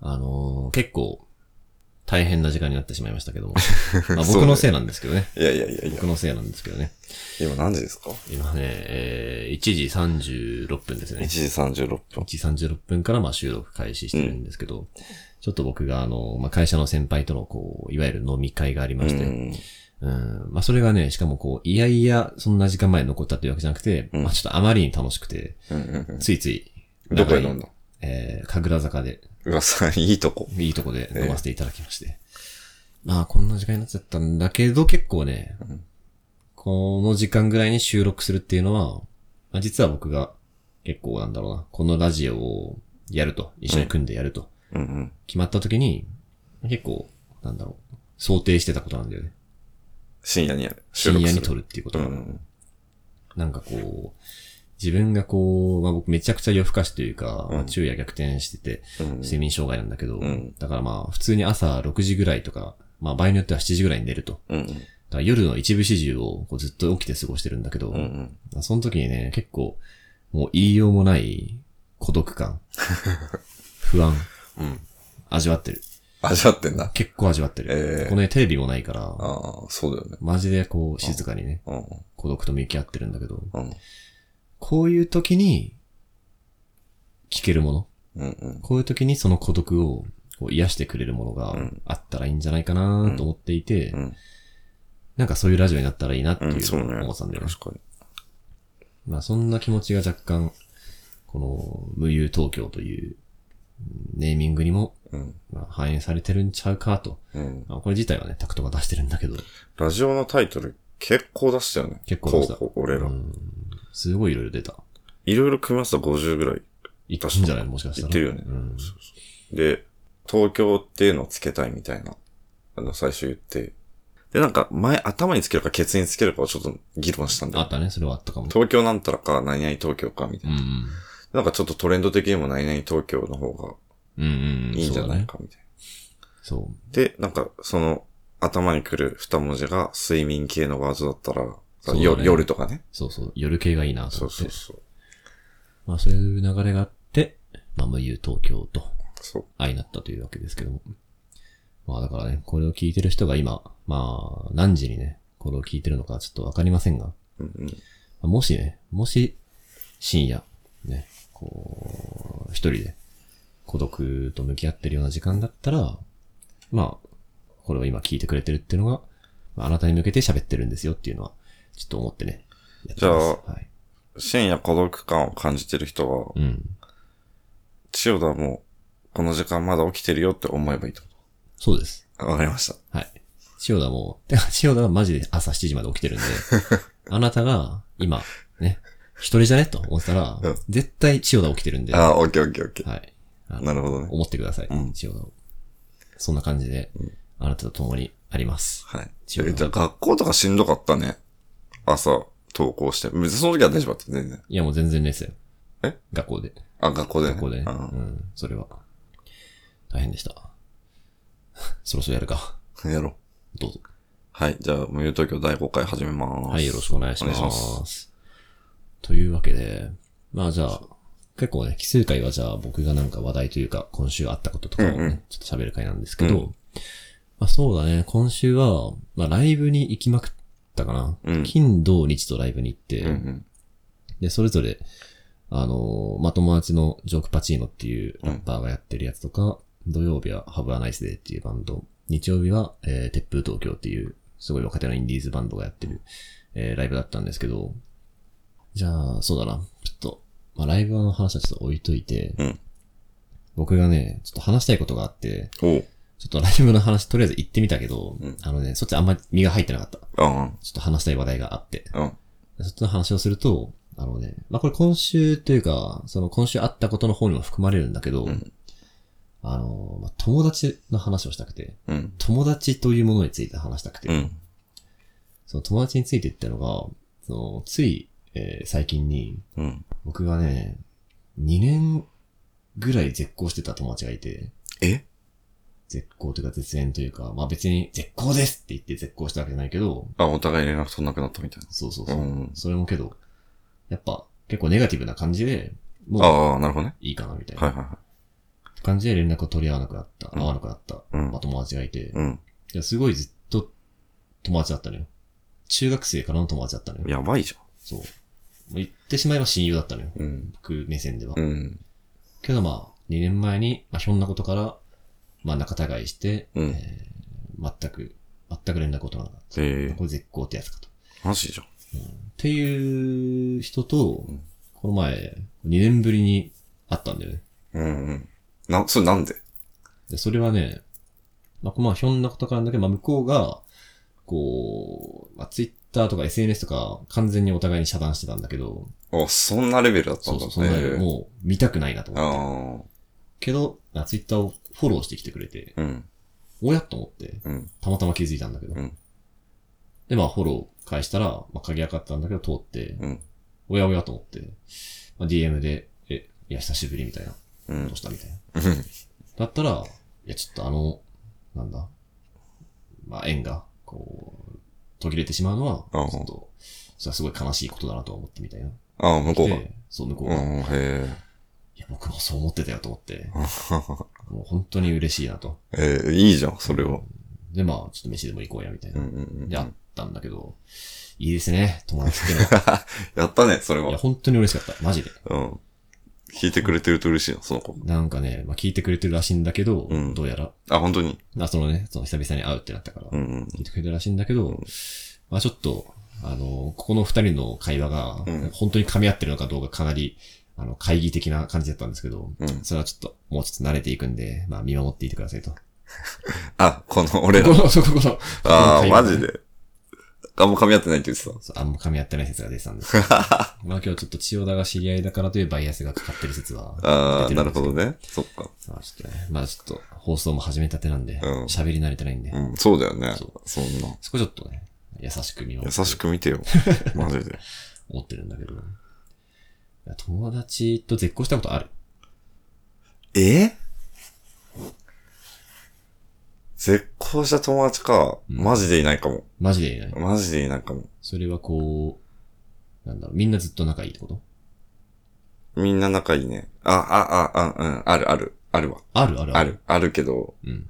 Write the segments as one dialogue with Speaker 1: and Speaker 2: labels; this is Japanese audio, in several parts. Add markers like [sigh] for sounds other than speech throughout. Speaker 1: あのー結構、大変な時間になってしまいましたけど
Speaker 2: [laughs]
Speaker 1: も。まあ、僕のせいなんですけどね。
Speaker 2: いやいやいやいや
Speaker 1: 僕、のせいなんですけどね。
Speaker 2: 今何時ですか
Speaker 1: 今ね、えー、1時36分です
Speaker 2: ?1
Speaker 1: ね。
Speaker 2: 時36分。
Speaker 1: 1時36分からまあ収録開始してるんですけど、ちょっと僕があの、まあ、会社の先輩とのこう、いわゆる飲み会がありま
Speaker 2: う
Speaker 1: して、
Speaker 2: ん。
Speaker 1: うんまあそれがね、しかもこう、いやいや、そんな時間前に残ったというわけじゃなくて、
Speaker 2: うん
Speaker 1: まあちょっとあまりに楽しくて、
Speaker 2: うんうん
Speaker 1: ついつい、
Speaker 2: うん。どこで飲んだ
Speaker 1: えー、神楽坂で、
Speaker 2: うわ、さ、いいとこ。
Speaker 1: いいとこで飲ませていただきまして。まあこんな時間になっちゃったんだけど、結構ね、
Speaker 2: うん
Speaker 1: この時間ぐらいに収録するっていうのは、まあ実は僕が結構なんだろうな、このラジオをやると、一緒に組んでやると、
Speaker 2: うんうん。
Speaker 1: 決まった時に、結構、なんだろう、想定してたことなんだよね。
Speaker 2: 深夜にやる。収
Speaker 1: 深
Speaker 2: 録
Speaker 1: 夜
Speaker 2: す
Speaker 1: に
Speaker 2: る。
Speaker 1: 撮るっていうこと
Speaker 2: う
Speaker 1: が。
Speaker 2: ん
Speaker 1: なんかこう、自分がこう、まあ僕めちゃくちゃ夜更かしというか、
Speaker 2: うん
Speaker 1: まあ昼夜逆転してて、
Speaker 2: うん。うん
Speaker 1: 睡眠障害なんだけど、
Speaker 2: うん
Speaker 1: だからまあ普通に朝6時ぐらいとか、まあ場合によっては7時ぐらいに寝ると。
Speaker 2: うん
Speaker 1: だから夜の一部始終をこうずっと起きて過ごしてるんだけど、
Speaker 2: うん。うん
Speaker 1: まあその時にね、結構、もう言いようもない孤独
Speaker 2: [laughs]
Speaker 1: 感、不安、
Speaker 2: うん。
Speaker 1: 味わってる。
Speaker 2: 味わってんだ。
Speaker 1: 結構味わってる。
Speaker 2: ええ
Speaker 1: このね、テレビもないから、
Speaker 2: ああ、そうだよね。
Speaker 1: マジでこう静かにね、
Speaker 2: う
Speaker 1: 孤独と向き合ってるんだけど、
Speaker 2: ん。うん。
Speaker 1: こういう時に、聞けるもの。
Speaker 2: うんうん。
Speaker 1: こういう時にその孤独をこう癒してくれるものが
Speaker 2: うん
Speaker 1: あったらいいんじゃないかなと思っていて、
Speaker 2: うん。
Speaker 1: なんかそういうラジオになったらいいなって
Speaker 2: うん、
Speaker 1: い
Speaker 2: そうう
Speaker 1: のを
Speaker 2: ね。
Speaker 1: 思ってたんだよね。
Speaker 2: 確かに。
Speaker 1: まあそんな気持ちが若干、この無憂東京といううんネーミングにも
Speaker 2: うん。
Speaker 1: まあ反映されてるんちゃうかと。
Speaker 2: うん。
Speaker 1: まあこれ自体はね、タクトが出してるんだけど、
Speaker 2: ラジオのタイトル結構出したよね。
Speaker 1: 結構出した
Speaker 2: こうこう俺
Speaker 1: う
Speaker 2: ら。
Speaker 1: ん、すごいいろいろ出た。
Speaker 2: いろいろ組み合わせたら50ぐらい。
Speaker 1: いったんじゃないもしかした
Speaker 2: 言
Speaker 1: ら。
Speaker 2: ってるよね。
Speaker 1: うん
Speaker 2: そうそうで、東京っていうのをつけたいみたいな、あの、最初言って。で、なんか、前、頭につけるか、ケツにつけるかをちょっと議論したんだ
Speaker 1: あ
Speaker 2: よ。
Speaker 1: ったね、それはあったかも。
Speaker 2: 東京なんたらか、何々東京か、みた
Speaker 1: う
Speaker 2: い
Speaker 1: ん
Speaker 2: な。なんかちょっとトレンド的にも何々東京の方が
Speaker 1: うん。うんうん。
Speaker 2: いいんじゃ
Speaker 1: そ
Speaker 2: ない
Speaker 1: うだね
Speaker 2: か、みたいな。
Speaker 1: そう。
Speaker 2: で、なんか、その、頭に来る二文字が睡眠系のワードだったら、
Speaker 1: そうだね
Speaker 2: 夜夜とかね。
Speaker 1: そうそう、夜系がいいなと
Speaker 2: そ
Speaker 1: 思
Speaker 2: う
Speaker 1: って。
Speaker 2: そうそう。
Speaker 1: まあそういう流れがあって、まあ無憂東京と
Speaker 2: そう。
Speaker 1: 愛になったというわけですけども。まあだからね、これを聞いてる人が今、まあ何時にね、これを聞いてるのかちょっとわかりませんが、
Speaker 2: うんうん。
Speaker 1: まあもしね、もし深夜、ね、こう、一人で孤独と向き合ってるような時間だったら、まあ、これを今聞いてくれてるっていうのが、まああなたに向けて喋ってるんですよっていうのは、ちょっと思ってね。やってますはい。
Speaker 2: 深夜孤独感を感じてる人は、
Speaker 1: うん。
Speaker 2: 千代田はもう、この時間まだ起きてるよって思えばいいってこ
Speaker 1: そうです。
Speaker 2: と。わかりました。
Speaker 1: はい。塩田も、 [laughs] てか塩田はマジで朝7時まで起きてるん
Speaker 2: [laughs]
Speaker 1: で、あなたが今、ね、一人じゃねと思ってたら、
Speaker 2: うん
Speaker 1: 絶対塩田起きてるんで、は
Speaker 2: ああ、オッケーオッケーオッケー。
Speaker 1: い。あの
Speaker 2: なるほどね。
Speaker 1: 思ってください、
Speaker 2: うん
Speaker 1: 塩田を。そんな感じで、あなたと共にあります。
Speaker 2: はい。
Speaker 1: 千代
Speaker 2: え
Speaker 1: 田
Speaker 2: じゃあ学校とかしんどかったね。朝、登校して。別にその時は大丈夫だった、全然。
Speaker 1: いや、もう全然ですよ。
Speaker 2: え
Speaker 1: 学校で。
Speaker 2: あ、学校で、ね。
Speaker 1: 学校でね。う、
Speaker 2: うん
Speaker 1: それは。大変でした。 [laughs] そろそろやるか。
Speaker 2: ん。やろう。
Speaker 1: どうぞ。
Speaker 2: はい。じゃあ、無料東京第5回始めます。
Speaker 1: はい、よろしくお願いします。
Speaker 2: お願いしま
Speaker 1: というわけで、まあじゃあ、結構ね、奇数回はじゃあ僕がなんか話題というか、今週あったこととかをね、
Speaker 2: うんうん
Speaker 1: ちょっと喋る回なんですけど、
Speaker 2: う
Speaker 1: まあそうだね、今週は、まあライブに行きまくったかな。
Speaker 2: うん
Speaker 1: 金、土、日とライブに行って、
Speaker 2: うんうん。
Speaker 1: で、それぞれ、あのーまあ、友達のジョークパチーノっていうラッパーがやってるやつとか、土曜日はハブアナイスデーっていうバンド、日曜日は、えー、鉄風東京っていう、すごい若手のインディーズバンドがやってる、えーライブだったんですけど、じゃあ、そうだな、ちょっと、まあ、ライブの話はちょっと置いといて、
Speaker 2: うん
Speaker 1: 僕がね、ちょっと話したいことがあって、
Speaker 2: おう。
Speaker 1: ちょっとライブの話とりあえず行ってみたけど、
Speaker 2: うん
Speaker 1: あのね、そっちあんまり身が入ってなかった。ちょ
Speaker 2: あ
Speaker 1: っと話したい話題があって。
Speaker 2: あ、うん。
Speaker 1: そっちの話をすると、あのね、まあ、これ今週というか、その今週あったことの方にも含まれるんだけど、
Speaker 2: うん
Speaker 1: あの、まあ、友達の話をしたくて、
Speaker 2: うん。
Speaker 1: 友達というものについて話したくて、
Speaker 2: うん。
Speaker 1: その友達についてってのが、その、つい、えー最近に、
Speaker 2: うん。
Speaker 1: 僕がね、2年ぐらい絶好してた友達がいて、
Speaker 2: え
Speaker 1: 絶好というか絶縁というか、まあ、別に絶好ですって言って絶好したわけじゃないけど、
Speaker 2: あ、お互い連絡取んなくなったみたい
Speaker 1: そうそうそ
Speaker 2: な。
Speaker 1: う。
Speaker 2: うん。
Speaker 1: それもけど、やっぱ結構ネガティブな感じで、もう
Speaker 2: ああ、なるほどね。
Speaker 1: いいかなみたいな。
Speaker 2: はいはいは
Speaker 1: 感じで連絡を取り合わなくなった、
Speaker 2: うん
Speaker 1: 会わなくなった、
Speaker 2: うん
Speaker 1: まあ、友達がいて、い
Speaker 2: うん。
Speaker 1: や、すごいずっと友達だったのよ。中学生からの友達だったのよ。
Speaker 2: やばいじ
Speaker 1: そう。もう言ってしまえば親友だったのよ。
Speaker 2: ゃん。うん。
Speaker 1: 僕目線では。
Speaker 2: うん。
Speaker 1: けどまあ、2年前に、まあ、ひょんなことから、まあ、仲違いして、
Speaker 2: うん
Speaker 1: えー全く、全く連絡を取らなかった。
Speaker 2: ええ
Speaker 1: これ絶好ってやつかと。
Speaker 2: マジじゃん。
Speaker 1: っていう人と
Speaker 2: うん、
Speaker 1: この前、2年ぶりに会ったんだよね。
Speaker 2: うんうん。な、それなんで
Speaker 1: で、それはね、まあ、まあ、ひょんなことからなんだけど、まあ、向こうが、こう、まあ、ツイッターとか SNS とか完全にお互いに遮断してたんだけど、
Speaker 2: あ、そんなレベルだった
Speaker 1: そ
Speaker 2: ん
Speaker 1: う
Speaker 2: だ
Speaker 1: そう、そんな
Speaker 2: ええ
Speaker 1: もう見たくないなと思って。
Speaker 2: あ
Speaker 1: けど、ツイッターをフォローしてきてくれて、
Speaker 2: あ。うん。
Speaker 1: おやと思って、
Speaker 2: うん。
Speaker 1: たまたま気づいたんだけど。
Speaker 2: うん
Speaker 1: で、まあ、フォロー返したら、まあ、鍵開かったんだけど通って、
Speaker 2: うん。
Speaker 1: おやおやと思って、まあ、DM で、え、いや、久しぶりみたいな。
Speaker 2: う
Speaker 1: ど
Speaker 2: ん
Speaker 1: う。したみたいな。
Speaker 2: うん
Speaker 1: だったら、いや、ちょっとあの、なんだ、まあ、縁が、こう、途切れてしまうの
Speaker 2: ああ
Speaker 1: は、ちょっと、それはすごい悲しいことだなとは思ってみたいな。
Speaker 2: ああ、向こうが。
Speaker 1: で、そう、向こう
Speaker 2: う
Speaker 1: が、
Speaker 2: ん、
Speaker 1: い
Speaker 2: へえ。
Speaker 1: や、僕もそう思ってたよと思って、もう本当に嬉しいなと。
Speaker 2: [laughs] ええいいじゃん、それは。
Speaker 1: で、まあ、ちょっと飯でも行こうや、みたいうな。
Speaker 2: んうんうん。 [laughs]
Speaker 1: で、あっ
Speaker 2: や
Speaker 1: たんだけど、いいですね、友達
Speaker 2: [laughs]
Speaker 1: ってのは。
Speaker 2: ったね、それ
Speaker 1: いや、
Speaker 2: は。
Speaker 1: 本当に嬉しかった、マジで。
Speaker 2: うん。聞いてくれてると嬉しいな、その子。
Speaker 1: なんかね、まあ、聞いてくれてるらしいんだけど、
Speaker 2: うん
Speaker 1: どうやら、
Speaker 2: あ、本当に。
Speaker 1: まあ、そのね、その久々に会うってなったから、
Speaker 2: うんうん。
Speaker 1: 聞いてくれたらしいんだけど、
Speaker 2: うん
Speaker 1: まあちょっと、あの、ここの二人の会話が
Speaker 2: うん、
Speaker 1: 本当に噛み合ってるのかどうかかなり、あの、会議的な感じだったんですけど、
Speaker 2: うん
Speaker 1: それはちょっと、もうちょっと慣れていくんで、まあ見守っていてくださいと。こ
Speaker 2: あ、こ
Speaker 1: [laughs]
Speaker 2: の俺ら
Speaker 1: こ。の、そここの、
Speaker 2: ああ、
Speaker 1: この会話
Speaker 2: マジで。あんま噛み合ってないって言ってた。
Speaker 1: そうあんま噛み合ってない説が出てたん
Speaker 2: [laughs]
Speaker 1: ですけどまあ今日ちょっと千代田が知り合いだからというバイアスがかかってる説は、
Speaker 2: あ
Speaker 1: 出
Speaker 2: あ、
Speaker 1: て
Speaker 2: な
Speaker 1: る
Speaker 2: る
Speaker 1: んです
Speaker 2: ほ
Speaker 1: け
Speaker 2: どね。そっか。
Speaker 1: まあちょっとね、まあちょっと放送も始めたてなんで
Speaker 2: うん、
Speaker 1: 喋、り慣れてないんで、
Speaker 2: うん、そうだよね
Speaker 1: そ。
Speaker 2: そんな。
Speaker 1: そこちょっとね、優しく見守
Speaker 2: 優
Speaker 1: って
Speaker 2: しく見
Speaker 1: [laughs]
Speaker 2: てよ。マジで。
Speaker 1: 思ってるんだけど、いや友達と絶交したことある
Speaker 2: え絶好した友達か。
Speaker 1: うん
Speaker 2: マジでいないかも。
Speaker 1: マジでいない。
Speaker 2: マジでいないかも。
Speaker 1: それはこう、なんだろう、みんなずっと仲いいってこと
Speaker 2: みんな仲いいね。あ、あ、あ、あ、うん、ある、ある、あるわ。
Speaker 1: あるある
Speaker 2: あ。る、あるけど、
Speaker 1: うん。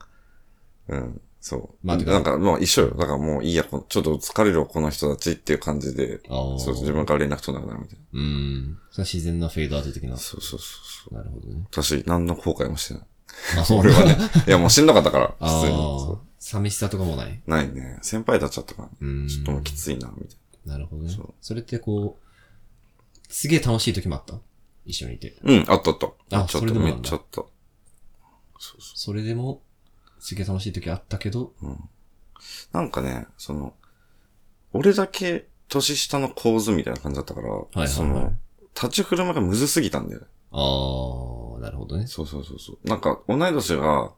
Speaker 2: うん、そう。
Speaker 1: まあてか
Speaker 2: なんか、もう一緒よ。だからもういいや、こちょっと疲れるわ、この人たちっていう感じで、
Speaker 1: ああ。
Speaker 2: そう、自分から連絡取らなくなるみたいな。
Speaker 1: うん。それは自然なフェードアウト的な。
Speaker 2: そうそうそう
Speaker 1: なるほど
Speaker 2: [laughs]
Speaker 1: ね。
Speaker 2: そう。私、何の後悔もしてない。
Speaker 1: あ、 [laughs] そう
Speaker 2: 俺はね
Speaker 1: だ。。
Speaker 2: いや、もうしんどかったから、普
Speaker 1: [laughs] あ
Speaker 2: 通にそ
Speaker 1: あ。寂しさとかもない。
Speaker 2: う。ないね。先輩たちだったから、
Speaker 1: うん。
Speaker 2: ちょっともうきついな、みたい
Speaker 1: なるほどね
Speaker 2: そう。
Speaker 1: それってこう、すげえ楽しい時もあった一緒にいて。
Speaker 2: な。うん、あったあった。
Speaker 1: あ
Speaker 2: ち
Speaker 1: そ
Speaker 2: ょっ
Speaker 1: れ
Speaker 2: と、
Speaker 1: でも
Speaker 2: め
Speaker 1: な
Speaker 2: っ
Speaker 1: んだ
Speaker 2: ちゃあった。そうそ
Speaker 1: それでも、すげえ楽しい時あったけど、
Speaker 2: う。うん。なんかね、その、俺だけ年下の構図みたいな感じだったから、
Speaker 1: いはいはい
Speaker 2: その、立ち振る舞いがむずすぎたんだよね。
Speaker 1: ああ、なるほどね。
Speaker 2: そうそうそうそう。なんか、同い年が、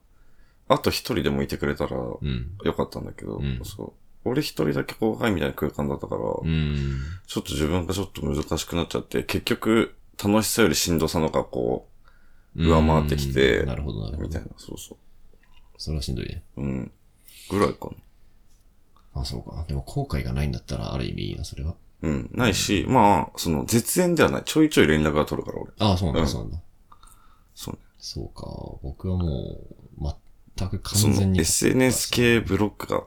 Speaker 2: あと一人でもいてくれたらよ
Speaker 1: うん。
Speaker 2: かったんだけど、
Speaker 1: うん
Speaker 2: そう。俺一人だけ後輩みたいな空間だったから、
Speaker 1: うん。
Speaker 2: ちょっと自分がちょっと難しくなっちゃって、結局、楽しさよりしんどさのがこ上回ってきて
Speaker 1: うんなるほど、なる
Speaker 2: う、
Speaker 1: ほ
Speaker 2: みたい
Speaker 1: ど。
Speaker 2: な、そうそ
Speaker 1: それはしんどいね。
Speaker 2: う。うん。ぐらいか
Speaker 1: あ、そうか。でも後悔がないんだったら、ある意味いいな、それは。
Speaker 2: な。うん。ないし、まあ、その、絶縁ではない。ちょいちょい連絡は取るから、俺。
Speaker 1: ああ、そうなんだ、
Speaker 2: うん
Speaker 1: そうなんだ。
Speaker 2: そうね。
Speaker 1: そうか。僕はもう、全く
Speaker 2: そ
Speaker 1: 完全
Speaker 2: の、
Speaker 1: に
Speaker 2: SNS 系ブロックが、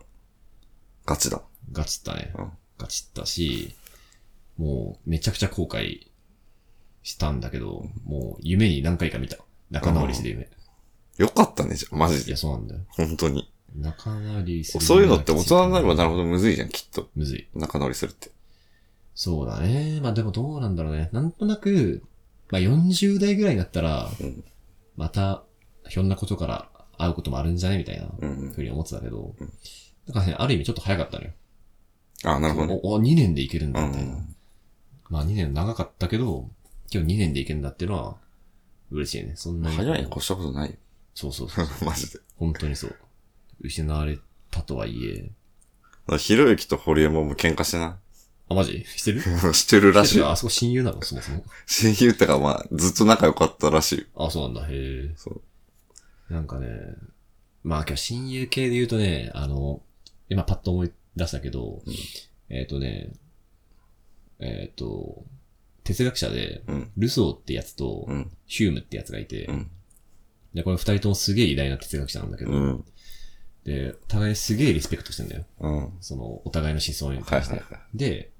Speaker 2: ガチだ。
Speaker 1: ガチったね
Speaker 2: うん。
Speaker 1: ガチったし、もう、めちゃくちゃ後悔したんだけど、もう、夢に何回か見た。仲直りする夢。
Speaker 2: よかったね、じゃあ、マジ
Speaker 1: い
Speaker 2: で。
Speaker 1: や、そうなんだよ。
Speaker 2: 本当に。
Speaker 1: 仲直りする夢
Speaker 2: そういうのって大人になればなる
Speaker 1: ほ
Speaker 2: ほどむずいじゃん、きっと。
Speaker 1: ど。むずい。
Speaker 2: 仲直りするって。
Speaker 1: そうだね。まあでもどうなんだろうね。なんとなく、まあ40代ぐらいになったら
Speaker 2: うん、
Speaker 1: また、ひょんなことから会うこともあるんじゃねみたいな、
Speaker 2: うん
Speaker 1: ふうに思ってたけど
Speaker 2: うん、
Speaker 1: だからね、ある意味ちょっと早かったのよ。
Speaker 2: うん。あ、なるほどね。
Speaker 1: おお、2年でいけるん
Speaker 2: う
Speaker 1: だ、みたいな。
Speaker 2: ん。
Speaker 1: まあ2年長かったけど、今日2年でいけるんだっていうのは、嬉しいね。そんなに。
Speaker 2: 早いに越したことないよ。 [laughs]
Speaker 1: そうそうそう。
Speaker 2: マジで。
Speaker 1: 本当にそう。失われたとはいえ。
Speaker 2: ひろゆきと堀江ももう喧嘩してな [laughs]
Speaker 1: あ、マジしてる
Speaker 2: い。してるらしい。
Speaker 1: あそこ親友なのそもそも。
Speaker 2: 親友ってか、まあ、ずっと仲良かったらしいよ。
Speaker 1: あ、そうなんだ。へえ。
Speaker 2: そう。
Speaker 1: なんかね、まあ今日親友系で言うとね、あの、今パッと思い出したけど、
Speaker 2: うん
Speaker 1: えっ、とね、えっ、と、哲学者で、
Speaker 2: うん。
Speaker 1: ルソーってやつと
Speaker 2: う、ん。
Speaker 1: ヒュームってやつがいて、
Speaker 2: うん
Speaker 1: で、これ二人ともすげえ偉大な哲学者なんだけど、
Speaker 2: うん。
Speaker 1: で、お互いすげえリスペクトしてんだよ。
Speaker 2: うん。
Speaker 1: その、お互いの思想に
Speaker 2: はい
Speaker 1: 対
Speaker 2: は
Speaker 1: して。
Speaker 2: いはい。
Speaker 1: で、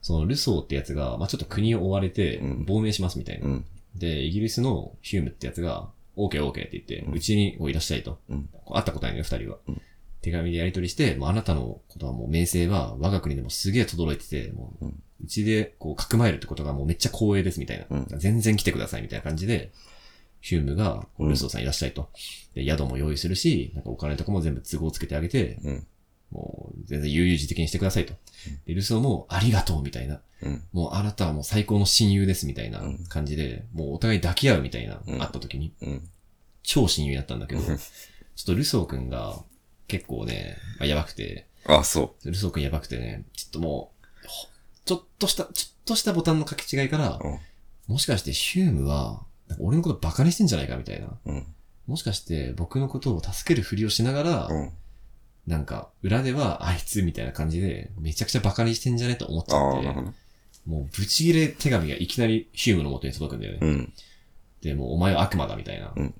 Speaker 1: そのルソーってやつが、まあ、ちょっと国を追われて
Speaker 2: うん、
Speaker 1: 亡命しますみたいな。
Speaker 2: うん。
Speaker 1: で、イギリスのヒュームってやつが、OK, OK って言って
Speaker 2: う、ん
Speaker 1: うち、にこういらっしゃいと。
Speaker 2: うん
Speaker 1: こう会ったことないのよ、二人は。
Speaker 2: うん
Speaker 1: 手紙でやり取りして、もうあなたのことはもう名声は我が国でもすげえ轟いてて、もう、
Speaker 2: う
Speaker 1: うんちでこう、かくまえるってことがもうめっちゃ光栄ですみたいな。
Speaker 2: うん
Speaker 1: 全然来てくださいみたいな感じで、ヒュームが、こ
Speaker 2: う
Speaker 1: うんルソーさんいらっしゃいと。で、宿も用意するし、なんかお金とかも全部都合つけてあげて、
Speaker 2: うん
Speaker 1: もう全然悠々自適にしてくださいと。で、ルソーもありがとうみたいな。
Speaker 2: うん。
Speaker 1: もうあなたはもう最高の親友ですみたいな
Speaker 2: うん
Speaker 1: 感じで、もうお互い抱き合うみたいな、
Speaker 2: うん
Speaker 1: 会った時に、
Speaker 2: うん。
Speaker 1: 超親友だったんだけど、
Speaker 2: うん
Speaker 1: ちょっとルソー君が結構ね、まあやばくて、
Speaker 2: あ、そ
Speaker 1: ルソー君やばくてね、ちょっともう、ほちょっとした、ちょっとしたボタンの書き違いから
Speaker 2: う。、うん。
Speaker 1: もしかしてヒュームは、なんか俺のことバカにしてんじゃないかみたいな。
Speaker 2: うん。
Speaker 1: もしかして僕のことを助けるふりをしながら、
Speaker 2: うん。
Speaker 1: なんか裏ではあいつみたいな感じで、めちゃくちゃバカにしてんじゃねと思っちゃ
Speaker 2: あ
Speaker 1: っ
Speaker 2: あ、なるほ
Speaker 1: て、
Speaker 2: どね。
Speaker 1: もうブチギレ手紙がいきなりヒュームの元に届くんだよね。
Speaker 2: うん。
Speaker 1: で、もうお前は悪魔だみたいな。
Speaker 2: うん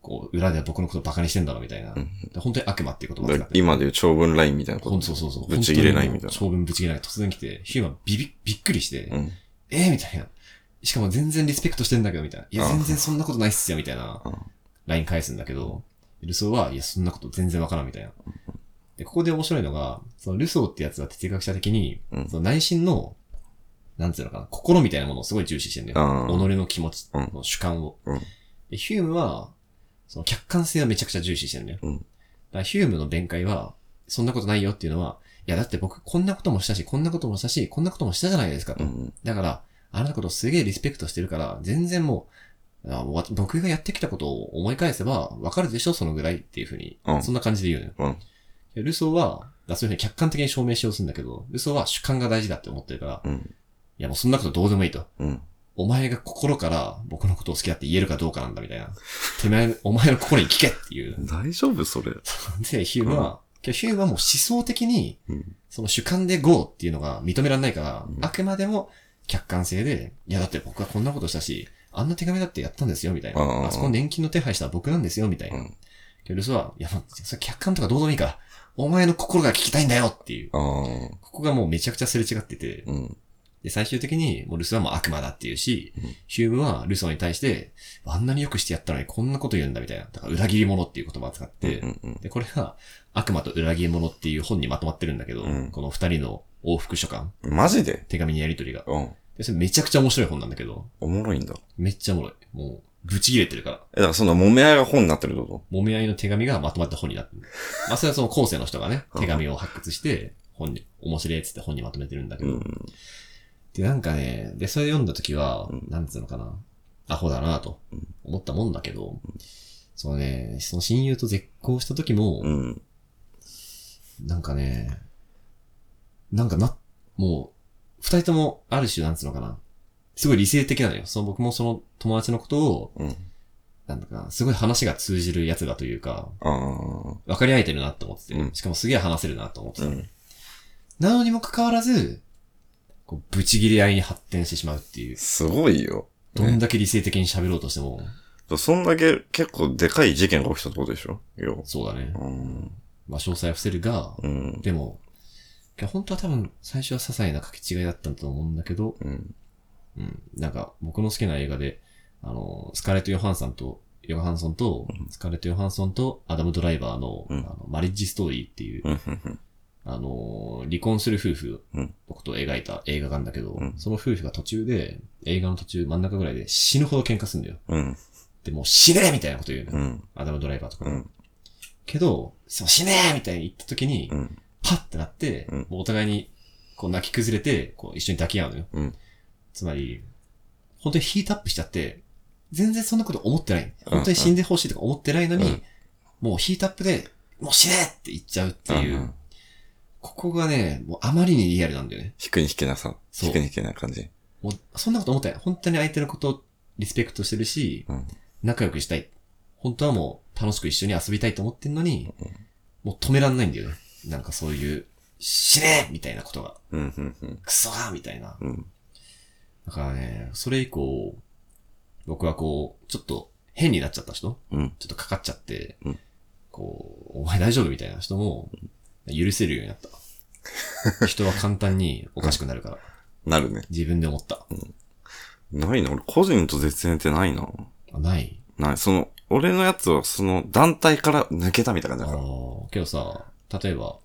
Speaker 1: こう、裏では僕のことバカにしてんだろみたいな。
Speaker 2: うん
Speaker 1: で本当に悪魔っていう言葉を
Speaker 2: だ
Speaker 1: 使
Speaker 2: か
Speaker 1: っ
Speaker 2: ら
Speaker 1: て。
Speaker 2: 今でいう長文ラインみたいなこ
Speaker 1: ほん
Speaker 2: と。
Speaker 1: そうそうそう。
Speaker 2: ぶち切れないみたいな
Speaker 1: 長文ぶち切れない。突然来て、ヒューマンビビ、びっくりして、
Speaker 2: うん。
Speaker 1: えーみたいな。しかも全然リスペクトしてんだけど、みたいな。いや、
Speaker 2: あ
Speaker 1: 全然そんなことないっすよ、みたいな
Speaker 2: うん。
Speaker 1: ライン返すんだけど、ルソーは、いや、そんなこと全然わからん、みたいな。で、ここで面白いのが、そのルソーってやつは哲学者的に、
Speaker 2: うん
Speaker 1: その内心の、なんていうのかな、心みたいなものをすごい重視してんだよ。
Speaker 2: あ
Speaker 1: 己
Speaker 2: ー
Speaker 1: の気持ち、
Speaker 2: うん
Speaker 1: その主観を、
Speaker 2: うん
Speaker 1: で。ヒュームは、その客観性をめちゃくちゃ重視してるんだよ。
Speaker 2: うん
Speaker 1: だからヒュームの弁解は、そんなことないよっていうのは、いやだって僕こんなこともしたし、こんなこともしたし、こんなこともしたじゃないですかと。
Speaker 2: うん。
Speaker 1: だから、あなたのことすげえリスペクトしてるから、全然もう、あわ僕がやってきたことを思い返せば、わかるでしょそのぐらいっていうふうに、
Speaker 2: うん
Speaker 1: そんな感じで言うのよ。
Speaker 2: うん
Speaker 1: でルソーは、だそういうふうに客観的に証明しようとするんだけど、ルソーは主観が大事だって思ってるから、い
Speaker 2: うん。
Speaker 1: やもうそんなことどうでもいいと。
Speaker 2: うん。
Speaker 1: お前が心から僕のことを好きだって言えるかどうかなんだみたいな。手前、お前の心に聞けっていう。
Speaker 2: 大丈夫それ。
Speaker 1: で、ヒューマは、けどヒューマはもう思想的に、
Speaker 2: うん。
Speaker 1: その主観で GO っていうのが認められないから、
Speaker 2: うん
Speaker 1: あくまでも客観性で、いやだって僕はこんなことしたし、あんな手紙だってやったんですよ、みたいな。
Speaker 2: うんうんうん
Speaker 1: あそこの年金の手配したのは僕なんですよ、みたいうな。
Speaker 2: ん。
Speaker 1: けど留守は、いや、まあそれ客観とかどうでもいいから、お前の心が聞きたいんだよっていう。
Speaker 2: ああ。
Speaker 1: ここがもうめちゃくちゃすれ違ってて、
Speaker 2: うん。
Speaker 1: で、最終的に、もうルソーはもう悪魔だっていうし、
Speaker 2: うん
Speaker 1: ヒュームはルソーに対して、あんなによくしてやったのにこんなこと言うんだみたいな。だから裏切り者っていう言葉を使って、
Speaker 2: うんうん。
Speaker 1: で、これが悪魔と裏切り者っていう本にまとまってるんだけど、
Speaker 2: うん
Speaker 1: この二人の往復書簡、
Speaker 2: マジで
Speaker 1: 手紙のやりとりが。
Speaker 2: うん。
Speaker 1: で、それめちゃくちゃ面白い本なんだけど、
Speaker 2: おもろいんだ。
Speaker 1: めっちゃおもろい。もう、ぶち切れてるから、
Speaker 2: え、だからそんな揉め合いが本になってるってこ
Speaker 1: 揉め合いの手紙がまとまった本にな
Speaker 2: [laughs]
Speaker 1: ってる。まあ、それはその後世の人がね、
Speaker 2: うん
Speaker 1: 手紙を発掘して、本に、面白いっつって本にまとめてるんだけ
Speaker 2: と
Speaker 1: ど、
Speaker 2: ん。
Speaker 1: で、なんかね、で、それ読んだ時は、
Speaker 2: うん
Speaker 1: なんつうのかな、アホだなと
Speaker 2: うん
Speaker 1: 思ったもんだけど、そのね、その親友と絶交した時も、
Speaker 2: うん。
Speaker 1: なんかね、なんかな、もう、二人ともある種なんつうのかな、すごい理性的なのよ。その僕もその友達のことを、
Speaker 2: うん。
Speaker 1: なんだか、すごい話が通じるやつだというか、
Speaker 2: ああ。
Speaker 1: 分かり合えてるなと思ってて、
Speaker 2: うん
Speaker 1: しかもすげえ話せるなと思って
Speaker 2: う
Speaker 1: た。
Speaker 2: ん。
Speaker 1: なのにもかかわらず、こう、ブチ切り合いに発展してしまうっていう。
Speaker 2: すごいよ。
Speaker 1: どんだけ理性的に喋ろうとしても、
Speaker 2: そんだけ結構でかい事件が起きたってことでしょよ。
Speaker 1: そうだね。
Speaker 2: うん。
Speaker 1: まあ、詳細は伏せるが、
Speaker 2: うん。
Speaker 1: でも、いや本当は多分、最初は些細な書き違いだったと思うんだけど、
Speaker 2: うん。
Speaker 1: うん。なんか、僕の好きな映画で、あの、スカーレット・ヨハンソンと、ヨハンソンと、スカーレット・ヨハンソンと、アダム・ドライバーの、
Speaker 2: うん
Speaker 1: あのマリッジ・ストーリーっていう、
Speaker 2: うん。うん。
Speaker 1: あの、離婚する夫婦
Speaker 2: う
Speaker 1: の
Speaker 2: ん
Speaker 1: ことを描いた映画があるんだけど、
Speaker 2: うん
Speaker 1: その夫婦が途中で、映画の途中、真ん中ぐらいで死ぬほど喧嘩するんだよ。
Speaker 2: うん。
Speaker 1: で、もう死ねえみたいなこと言うの、
Speaker 2: う
Speaker 1: よ
Speaker 2: ん。
Speaker 1: アダム・ドライバーとか
Speaker 2: う
Speaker 1: が。
Speaker 2: ん。
Speaker 1: けど、そう死ねえみたいに言った時に、
Speaker 2: うん。
Speaker 1: パッてなって、
Speaker 2: うん
Speaker 1: もうお互いに、こう泣き崩れて、こう一緒に抱き合うのよ。
Speaker 2: うん
Speaker 1: つまり、本当にヒートアップしちゃって、全然そんなこと思ってない。本当に死んでほしいとか思ってないのに、
Speaker 2: うん
Speaker 1: もうヒートアップで、もう死ねって言っちゃうっていう、ここがね、もうあまりにリアルなんだよね。
Speaker 2: 引くに引けなさ。引くに引けない感じ。
Speaker 1: もう、そんなこと思ってない。本当に相手のことをリスペクトしてるし、
Speaker 2: うん
Speaker 1: 仲良くしたい。本当はもう楽しく一緒に遊びたいと思ってんのに、
Speaker 2: うん
Speaker 1: もう止めらんないんだよね。なんかそういう、死ねみたいなことが、
Speaker 2: うん。うん。
Speaker 1: クソがみたいな。
Speaker 2: うん。
Speaker 1: だからね、それ以降、僕はこう、ちょっと変になっちゃった人
Speaker 2: うん。
Speaker 1: ちょっとかかっちゃって、
Speaker 2: うん
Speaker 1: こう、お前大丈夫みたいな人も、許せるようにな
Speaker 2: [laughs]
Speaker 1: った。人は簡単におかしくなるから。
Speaker 2: なるね。
Speaker 1: 自分で思った。
Speaker 2: ないな。俺個人と絶縁ってないな。
Speaker 1: あない
Speaker 2: ない。その、俺のやつはその団体から抜けたみたいな
Speaker 1: あ
Speaker 2: 感じだから。
Speaker 1: あ、けどさ、例えば、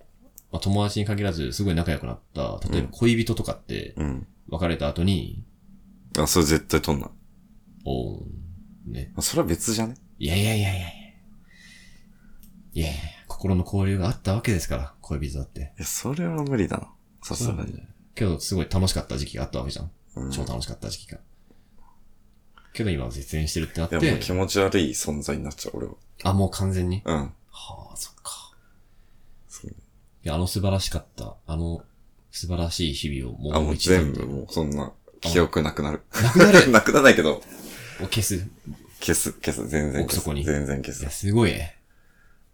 Speaker 1: まあ、友達に限らずすごい仲良くなった、例えば恋人とかって、
Speaker 2: うん。
Speaker 1: 別れた後に、
Speaker 2: あ、それ絶対取んな。
Speaker 1: おーね。
Speaker 2: それは別じゃね
Speaker 1: いやいやいやいやいや。いやいや、心の交流があったわけですから、恋人だって。
Speaker 2: いや、それは無理だな。さすがに。
Speaker 1: けど、すごい楽しかった時期があったわけじゃん。
Speaker 2: うん。い
Speaker 1: 超楽しかった時期が。けど今は絶縁してるってなっ
Speaker 2: や、も
Speaker 1: て、
Speaker 2: う気持ち悪い存在になっちゃう、俺は。
Speaker 1: あ、もう完全に。
Speaker 2: うん。
Speaker 1: はあ、そっか。
Speaker 2: そう
Speaker 1: いや、あの素晴らしかった、あの素晴らしい日々を
Speaker 2: あ、
Speaker 1: も
Speaker 2: も
Speaker 1: う
Speaker 2: う
Speaker 1: 一度。
Speaker 2: 全部もうそんな、記憶なくなる。
Speaker 1: なくなる
Speaker 2: [laughs] なくならないけど、
Speaker 1: を消す。い
Speaker 2: 消す、消す、全然消
Speaker 1: 奥
Speaker 2: す。
Speaker 1: 底に
Speaker 2: 全然消す
Speaker 1: や、。すごいね。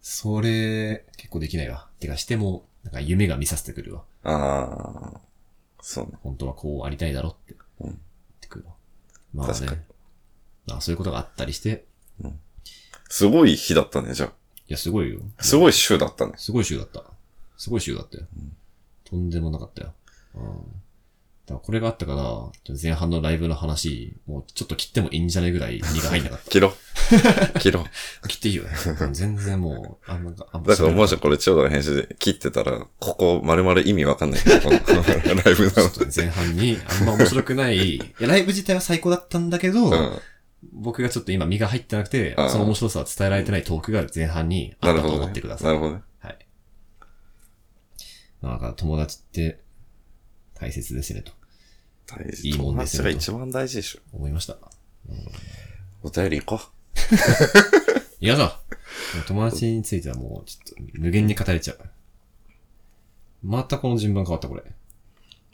Speaker 1: それ、結構できないわ。てかしても、なんか夢が見させてくるわ。
Speaker 2: ああ、そうね。
Speaker 1: 本当はこうありたいだろって。
Speaker 2: うん
Speaker 1: 言ってくるわ。まあ
Speaker 2: 確かに
Speaker 1: ね。まあそういうことがあったりして、
Speaker 2: すごい日だったね、じゃ
Speaker 1: いや、すごいよ。
Speaker 2: あ。すごい週だったね。
Speaker 1: すごい週だった。すごい週だったよ。
Speaker 2: うん
Speaker 1: とんでもなかったよ。うん。だからこれがあったから、前半のライブの話、もうちょっと切ってもいいんじゃないぐらい荷が入んなかっ
Speaker 2: [laughs] 切ろ
Speaker 1: [laughs]
Speaker 2: う。切ろう。
Speaker 1: た。切っていいよね。うん全然もう、あんなんか、あんま
Speaker 2: だからも
Speaker 1: し
Speaker 2: しこれ、千代田が編集で切ってたら、ここ、まるまる意味わかんないけど、このライブ
Speaker 1: ちょ
Speaker 2: な
Speaker 1: っと前半に、あんま面白くない、いやライブ自体は最高だったんだけど、
Speaker 2: の。うん。
Speaker 1: 僕がちょっと今身が入ってなくて
Speaker 2: あ、ー
Speaker 1: その面白さは伝えられてないトークが前半にあ
Speaker 2: な
Speaker 1: っ
Speaker 2: る
Speaker 1: た
Speaker 2: ほ
Speaker 1: と
Speaker 2: ど
Speaker 1: 思っ
Speaker 2: ね。
Speaker 1: てください。
Speaker 2: なるほどね。
Speaker 1: はい。なんか友達って大切ですねと
Speaker 2: 大
Speaker 1: い
Speaker 2: 事。
Speaker 1: いもん
Speaker 2: 友
Speaker 1: です
Speaker 2: 達
Speaker 1: よ
Speaker 2: が一番大事でしょ。
Speaker 1: 思いました。
Speaker 2: お便り行こ
Speaker 1: 嫌だ友達についてはもう、ちょっと、無限に語れちゃう。またこの順番変わった、これ。
Speaker 2: う。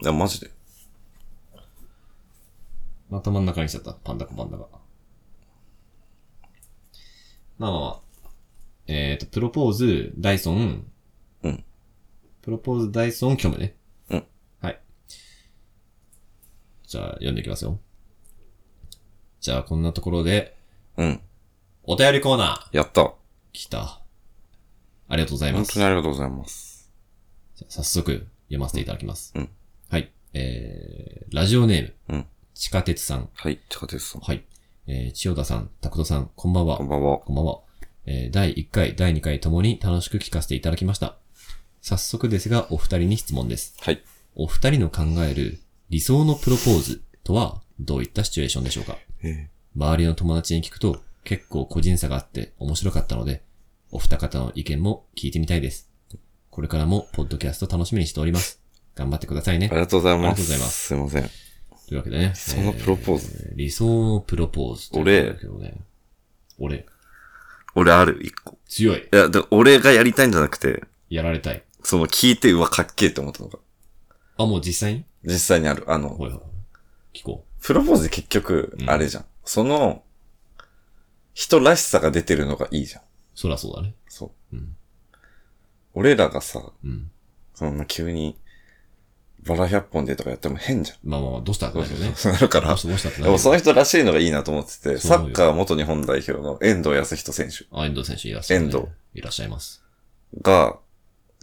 Speaker 2: いや、マジで。
Speaker 1: また真ん中にしちゃった、パンダかパンダが。まあまあまあ、えっ、と、プロポーズ、ダイソン、
Speaker 2: うん。
Speaker 1: プロポーズ、ダイソン、虚無ね。
Speaker 2: うん。
Speaker 1: はい。じゃあ、読んでいきますよ。じゃあ、こんなところで、
Speaker 2: うん。
Speaker 1: お便りコーナー
Speaker 2: やった。
Speaker 1: 来た。ありがとうございま
Speaker 2: 本
Speaker 1: す
Speaker 2: 当。にありがとうございます。
Speaker 1: じゃあ早速読ませていただきます。
Speaker 2: うん
Speaker 1: はい。えー、ラジオネーム。
Speaker 2: うん
Speaker 1: 地下鉄さん。
Speaker 2: はい、ちかてつさん。
Speaker 1: はい。えー、千代田さん、拓人さん、こんばんは。
Speaker 2: こんばんは。
Speaker 1: こんばんは。えー、第1回、第2回ともに楽しく聞かせていただきました。早速ですが、お二人に質問です。
Speaker 2: はい。
Speaker 1: お二人の考える理想のプロポーズとはどういったシチュエーションでしょうか
Speaker 2: え
Speaker 1: 周りの友達に聞くと結構個人差があって面白かったので、お二方の意見も聞いてみたいです。これからもポッドキャスト楽しみにしております。頑張ってくださいね
Speaker 2: あ。りがとうございます。。
Speaker 1: ありがとうございます
Speaker 2: すいません。
Speaker 1: というわけでね。
Speaker 2: 想のプロポーズ
Speaker 1: えー理想のプロポーズということだけどね。俺、
Speaker 2: 俺ある、一個。
Speaker 1: 強い。
Speaker 2: いや、で俺がやりたいんじゃなくて、
Speaker 1: やられたい。
Speaker 2: その聞いて、うわ、かっけえって思ったのが、
Speaker 1: あ、もう実際に
Speaker 2: 実際にある。あの、
Speaker 1: ほいほい。聞こ
Speaker 2: プロポーズ結局
Speaker 1: う、ん
Speaker 2: あれじゃん。その、人らしさが出てるのがいいじゃん。
Speaker 1: う。そらそうだね。
Speaker 2: そう。
Speaker 1: うん。
Speaker 2: 俺らがさ、
Speaker 1: うん。
Speaker 2: そんな急に、バラ100本でとかやっても変じゃん。
Speaker 1: まあまあまあ、どうしたってなるよね。
Speaker 2: そうなるか
Speaker 1: ど
Speaker 2: ら
Speaker 1: うし、たどうしたってな
Speaker 2: で
Speaker 1: る
Speaker 2: もその
Speaker 1: よ。
Speaker 2: 人らしいのがいいなと思って
Speaker 1: そ
Speaker 2: て、
Speaker 1: う
Speaker 2: サ
Speaker 1: 思う
Speaker 2: ッ
Speaker 1: よ
Speaker 2: カー元日本代表の遠藤康人選手
Speaker 1: あ、遠藤選手いらっしゃいます、
Speaker 2: 遠藤
Speaker 1: いらっしゃいます。
Speaker 2: が、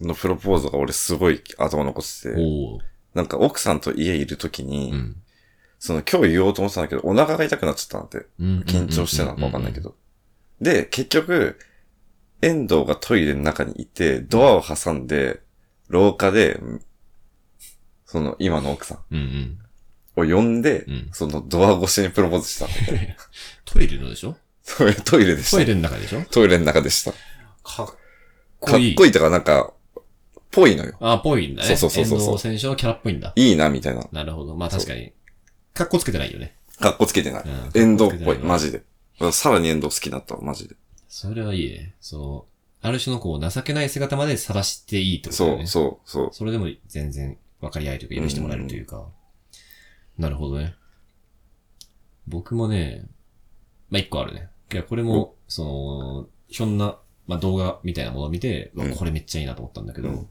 Speaker 2: のプロポーズが俺すごい頭残ってて、
Speaker 1: おー。
Speaker 2: なんか奥さんと家いるときに、
Speaker 1: うん。
Speaker 2: その今日言おうと思ってたんだけど、お腹が痛くなっちゃったなんて、
Speaker 1: うん
Speaker 2: 緊張してたのかわかんないけ。ど。で、結局、遠藤がトイレの中にいて、ドアを挟んで、廊下で、その今の奥さん
Speaker 1: うんうんうんうん。
Speaker 2: を呼んで、
Speaker 1: うん
Speaker 2: そのドア越しにプロポーズしたの。 [laughs]
Speaker 1: トイレのでしょ
Speaker 2: トイレ、トイレでした。
Speaker 1: トイ
Speaker 2: トイ
Speaker 1: レ
Speaker 2: レ
Speaker 1: の中でしょ
Speaker 2: の中でした。か
Speaker 1: かっ
Speaker 2: っこいいとか、なんか、ぽいのよ。
Speaker 1: あ、ぽいんだね。
Speaker 2: そうそうそうそう
Speaker 1: 遠藤選手のキャラっぽいんだ。
Speaker 2: いいな、みたいな。
Speaker 1: なるほど。まあ確かに。かっこつけてないよね。
Speaker 2: かっこつけてない。
Speaker 1: うん
Speaker 2: 遠藤っぽ
Speaker 1: かっ
Speaker 2: い、
Speaker 1: こつけてない
Speaker 2: マジで。さらに遠藤好きだったわ、マジで。
Speaker 1: それはいいね。そう。ある種のこう、情けない姿まで晒していいってことだ
Speaker 2: そ
Speaker 1: よね。
Speaker 2: う、そう、そう。
Speaker 1: それでも全然分かり合いというか許してもらえるというか。なるほどね。僕もね、まあ、一個あるね。いや、これも、その、ひょんな、まあ、動画みたいなものを見て、うわ
Speaker 2: うん
Speaker 1: これめっちゃいいなと思ったんだけど、
Speaker 2: うん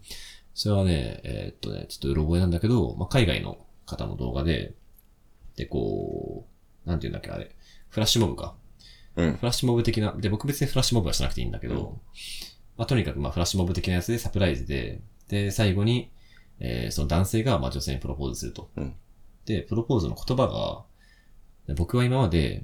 Speaker 1: それはね、えーっとね、ちょっとうろ覚えなんだけど、まあ、海外の方の動画で、で、こう、なんていうんだっけ、あれ、フラッシュモブか。
Speaker 2: うん
Speaker 1: フラッシュモブ的な、で、僕別にフラッシュモブはしなくていいんだけど、
Speaker 2: うん
Speaker 1: まあ、とにかくまあフラッシュモブ的なやつでサプライズで、で、最後に、えーその男性がまあ女性にプロポーズすると。
Speaker 2: うん
Speaker 1: で、プロポーズの言葉が、僕は今まで、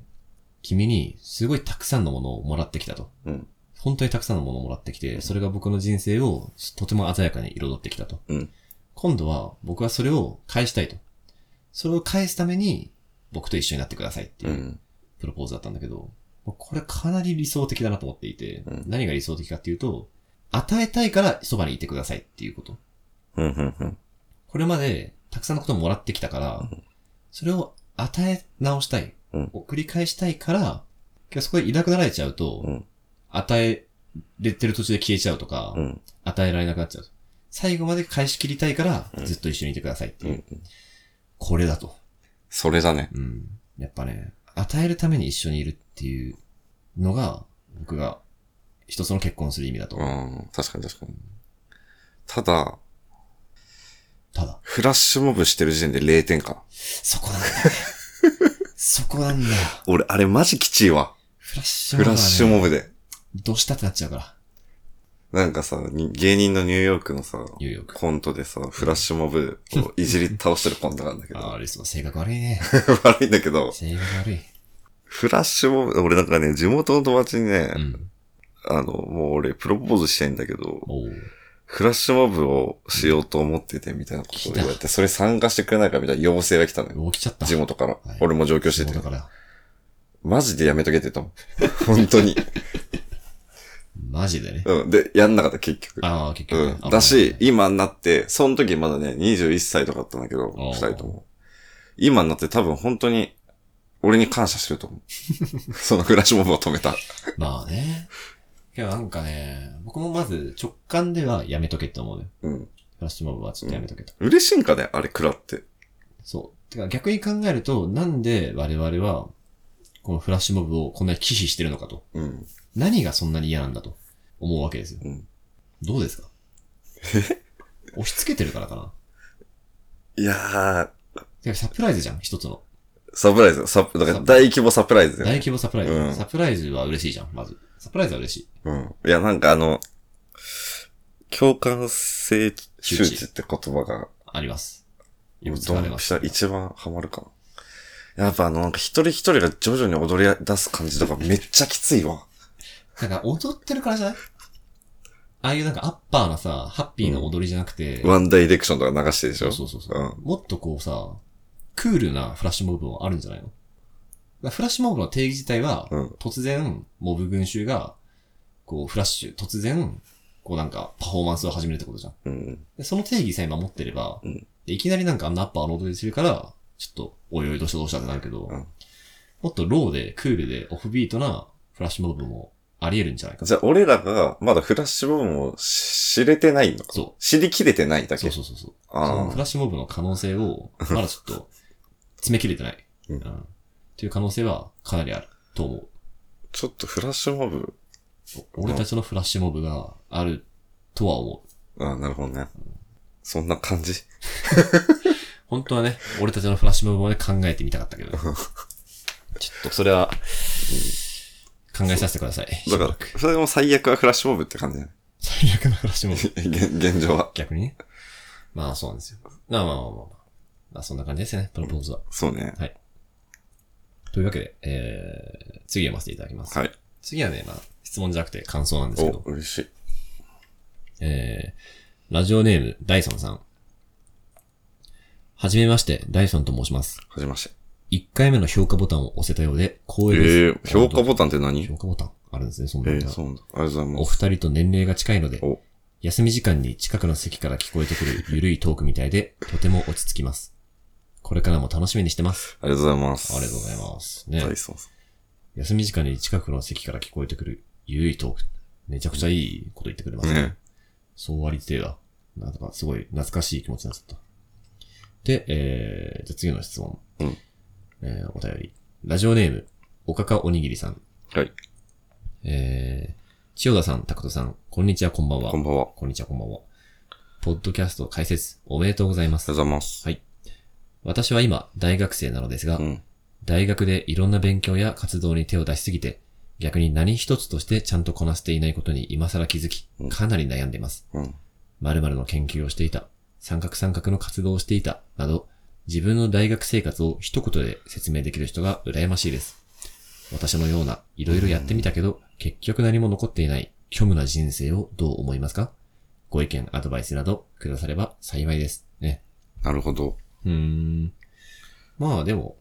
Speaker 1: 君にすごいたくさんのものをもらってきたと。
Speaker 2: うん
Speaker 1: 本当にたくさんのものをもらってき
Speaker 2: うん
Speaker 1: て、それが僕の人生をとても鮮やかに彩ってきたと。
Speaker 2: うん
Speaker 1: 今度は僕はそれを返したいと。それを返すために、僕と一緒になってくださいっていうう。
Speaker 2: ん。
Speaker 1: プロポーズだったんだけど、まあこれかなり理想的だなと思っていて、
Speaker 2: うん
Speaker 1: 何が理想的かっていうと、与えたいからそばにいてくださいっていうこと。
Speaker 2: うん。うん。うん。
Speaker 1: これまでたくさんのことをもらってきたから、それを与え直したい。
Speaker 2: うん
Speaker 1: を繰り返したいから、けどそこでいなくなられちゃうと、
Speaker 2: うん
Speaker 1: 与えれてる途中で消えちゃうとか、
Speaker 2: うん。
Speaker 1: 与えられなくなっちゃう。最後まで返し切りたいから
Speaker 2: う、ん
Speaker 1: ずっと一緒にいてくださいっていう。
Speaker 2: うん
Speaker 1: これだと。
Speaker 2: それだね。
Speaker 1: うん。やっぱね、与えるために一緒にいるっていうのが、僕が一つの結婚する意味だと。
Speaker 2: うん。確かに確かに。ただ、
Speaker 1: ただ、
Speaker 2: フラッシュモブしてる時点で0点か。
Speaker 1: そこなんだ
Speaker 2: [laughs]
Speaker 1: よね。そこなんだよ。
Speaker 2: 俺、あれマジきちいわ。
Speaker 1: フラッシュ
Speaker 2: フ
Speaker 1: モブ
Speaker 2: ラ
Speaker 1: は
Speaker 2: ッ
Speaker 1: ね
Speaker 2: シュモブで。
Speaker 1: どうしたってなっちゃうから、
Speaker 2: なんかさ、に芸人のニューヨークのさ、
Speaker 1: ニューヨーク。
Speaker 2: コントでさ、フラッシュモブをいじり倒してるコントなんだけ
Speaker 1: [laughs] ああ、
Speaker 2: ど、
Speaker 1: リスも性格悪い
Speaker 2: [laughs]
Speaker 1: ね。
Speaker 2: 悪いんだけど、
Speaker 1: 性格悪い。
Speaker 2: フラッシュモブ、俺なんかね、地元の友達にね、
Speaker 1: うん。
Speaker 2: あの、もう俺プロポーズしたいんだけど、
Speaker 1: おう
Speaker 2: フラッシュモブをしようと思っててみたいなことを言われて、それ参加してくれないかみたいな要請が来たのよ。
Speaker 1: お。起きちゃった。
Speaker 2: 地元から
Speaker 1: はい。
Speaker 2: 俺も上京し
Speaker 1: 地
Speaker 2: てて
Speaker 1: 元。から。
Speaker 2: マジでやめとけって言ったもん。本 [laughs] 当に。
Speaker 1: マジでね。
Speaker 2: うん。で、やんなかった、結局。
Speaker 1: ああ、結局
Speaker 2: う
Speaker 1: ね。
Speaker 2: ん。
Speaker 1: あ
Speaker 2: だし、、今になって、その時まだね、21歳とかだったんだけど、
Speaker 1: おー
Speaker 2: 二人とも。今になって多分本当に、俺に感謝してると思う。 [laughs] そのフラッシュモブを止めた。
Speaker 1: まあね。けどなんかね、僕もまず直感ではやめとけって思うね。
Speaker 2: うん。
Speaker 1: フラッシュモブはちょっとやめとけと。
Speaker 2: 嬉しいんかね、あれ、くらって。
Speaker 1: そう。てか逆に考えると、なんで我々は、このフラッシュモブをこんなに忌避してるのかと。
Speaker 2: うん。
Speaker 1: 何がそんなに嫌なんだと思うわけですよ。
Speaker 2: うん
Speaker 1: どう
Speaker 2: [laughs]
Speaker 1: ですか押し付けてるからかな。
Speaker 2: いやー、
Speaker 1: てかサプライズじゃん、一つの。
Speaker 2: サプライズ、サプ、だから大規模サプライズだよ
Speaker 1: 大規模サプライズ。
Speaker 2: うん
Speaker 1: サプライズは嬉しいじゃん、まず。サプライズは嬉しい。
Speaker 2: うん。いや、なんかあの、共感性周知って言葉が、
Speaker 1: あります。
Speaker 2: ド
Speaker 1: よ
Speaker 2: ン
Speaker 1: く
Speaker 2: ピ
Speaker 1: 使われま
Speaker 2: シ
Speaker 1: す。
Speaker 2: ャ一番ハマるかな。やっぱあの、なんか一人一人が徐々に踊り出す感じとかめっちゃきついわ。
Speaker 1: なんか踊ってるからじゃないああいうなんかアッパーなさ、ハッピーな踊りじゃなくて、
Speaker 2: ワンダイレクションとか流してるでし
Speaker 1: そう
Speaker 2: ょ
Speaker 1: そうそうそう、
Speaker 2: うん
Speaker 1: もっとこうさ、クールなフラッシュモブもあるんじゃないのだからフラッシュモブの定義自体は、
Speaker 2: うん
Speaker 1: 突然、モブ群衆が、こう、フラッシュ、突然、こうなんか、パフォーマンスを始めるってことじゃん。
Speaker 2: うん。
Speaker 1: でその定義さえ守ってれば、
Speaker 2: うん
Speaker 1: でいきなりなんかあんなアッパーの踊りするから、ちょっと、おいおいどうしたどうしたってなるけど、
Speaker 2: うん
Speaker 1: もっとローで、クールで、オフビートなフラッシュモブもあり得るんじゃないか。
Speaker 2: じゃあ俺らがまだフラッシュボーンを知れてないのか。
Speaker 1: そう。
Speaker 2: 知りきれてないだ
Speaker 1: そ
Speaker 2: け。
Speaker 1: うそうそうそう。その
Speaker 2: あ
Speaker 1: フラッシュモブの可能性
Speaker 2: [laughs]
Speaker 1: を、まだちょっと、詰め切れてない。
Speaker 2: うん
Speaker 1: っていう可能性はかなりあると思う。
Speaker 2: あ。ちょっとフラッシュモブ。
Speaker 1: お俺たちのフラッシュモブがあるとは思う。
Speaker 2: ああ、なるほどね。そんな感じ。
Speaker 1: 本当はね、俺たちのフラッシュモブまで考えてみたかったけどね、
Speaker 2: [laughs]
Speaker 1: ちょっとそれは、考えさせてください。
Speaker 2: だ
Speaker 1: しばら
Speaker 2: か
Speaker 1: く
Speaker 2: ら、それも最悪はフラッシュモブって感じだね。
Speaker 1: 最悪のフラッシュモブ。
Speaker 2: 現現状は。
Speaker 1: 逆にね。まあそうなんですよ。まあまあまあまあまあ。まあそんな感じですね、プロポーズは。
Speaker 2: そうね。
Speaker 1: というわけで、えー、次読ませていただきます。
Speaker 2: はい。
Speaker 1: 次はね、まあ、質問じゃなくて感想なんですけ
Speaker 2: お
Speaker 1: ど、。
Speaker 2: 嬉しい。
Speaker 1: えー、ラジオネーム、ダイソンさん。はじめまして、ダイソンと申します。
Speaker 2: はじめまして。
Speaker 1: 1回目の評価ボタンを押せたようで光栄です。
Speaker 2: ええー、評価ボタンって何
Speaker 1: 評価ボタンあるんですね、そんな
Speaker 2: え
Speaker 1: の
Speaker 2: え
Speaker 1: が
Speaker 2: そうなんだ。ありがとうござい
Speaker 1: お
Speaker 2: ます。
Speaker 1: 二人と年齢が近いので
Speaker 2: お、
Speaker 1: 休み時間に近くの席から聞こえてくるゆるいトークみたいで、とても落ち着きます。これからも楽しみにしてます。
Speaker 2: ありがとうございます。
Speaker 1: ありがとうございます。ね、
Speaker 2: ダイソンさん
Speaker 1: 休み時間に近くの席から聞こえてくるゆるいトーク。めちゃくちゃいいこと言ってくれますね。
Speaker 2: ね
Speaker 1: そうありてえだ。なんとかすごい懐かしい気持ちになっちゃった。で、えー、じゃあ次の質問。
Speaker 2: うん
Speaker 1: えー、お便り。ラジオネーム、おかかおにぎりさん。
Speaker 2: はい。
Speaker 1: えー、千代田さん、拓人さん、こんにちは、こんばんは。
Speaker 2: こんばんは。あ
Speaker 1: こんにちは、こんばんは。ポッドキャスト解説、おめでとうございま
Speaker 2: りがと
Speaker 1: す
Speaker 2: う。ございます。
Speaker 1: 私は今、大学生なのですが、
Speaker 2: うん。
Speaker 1: 大学でいろんな勉強や活動に手を出しすぎて、逆に何一つとしてちゃんとこなせていないことに今更気づき
Speaker 2: うん、
Speaker 1: かなり悩んでいます。
Speaker 2: うん。
Speaker 1: 〇〇の研究をしていた、三角三角の活動をしていた、など、自分の大学生活を一言で説明できる人が羨ましいです。私のような、いろいろやってみたけど、結局何も残っていない、虚無な人生をどう思いますかご意見、アドバイスなど、くだされば幸いです。ね。
Speaker 2: なるほど。
Speaker 1: うーん。まあでも、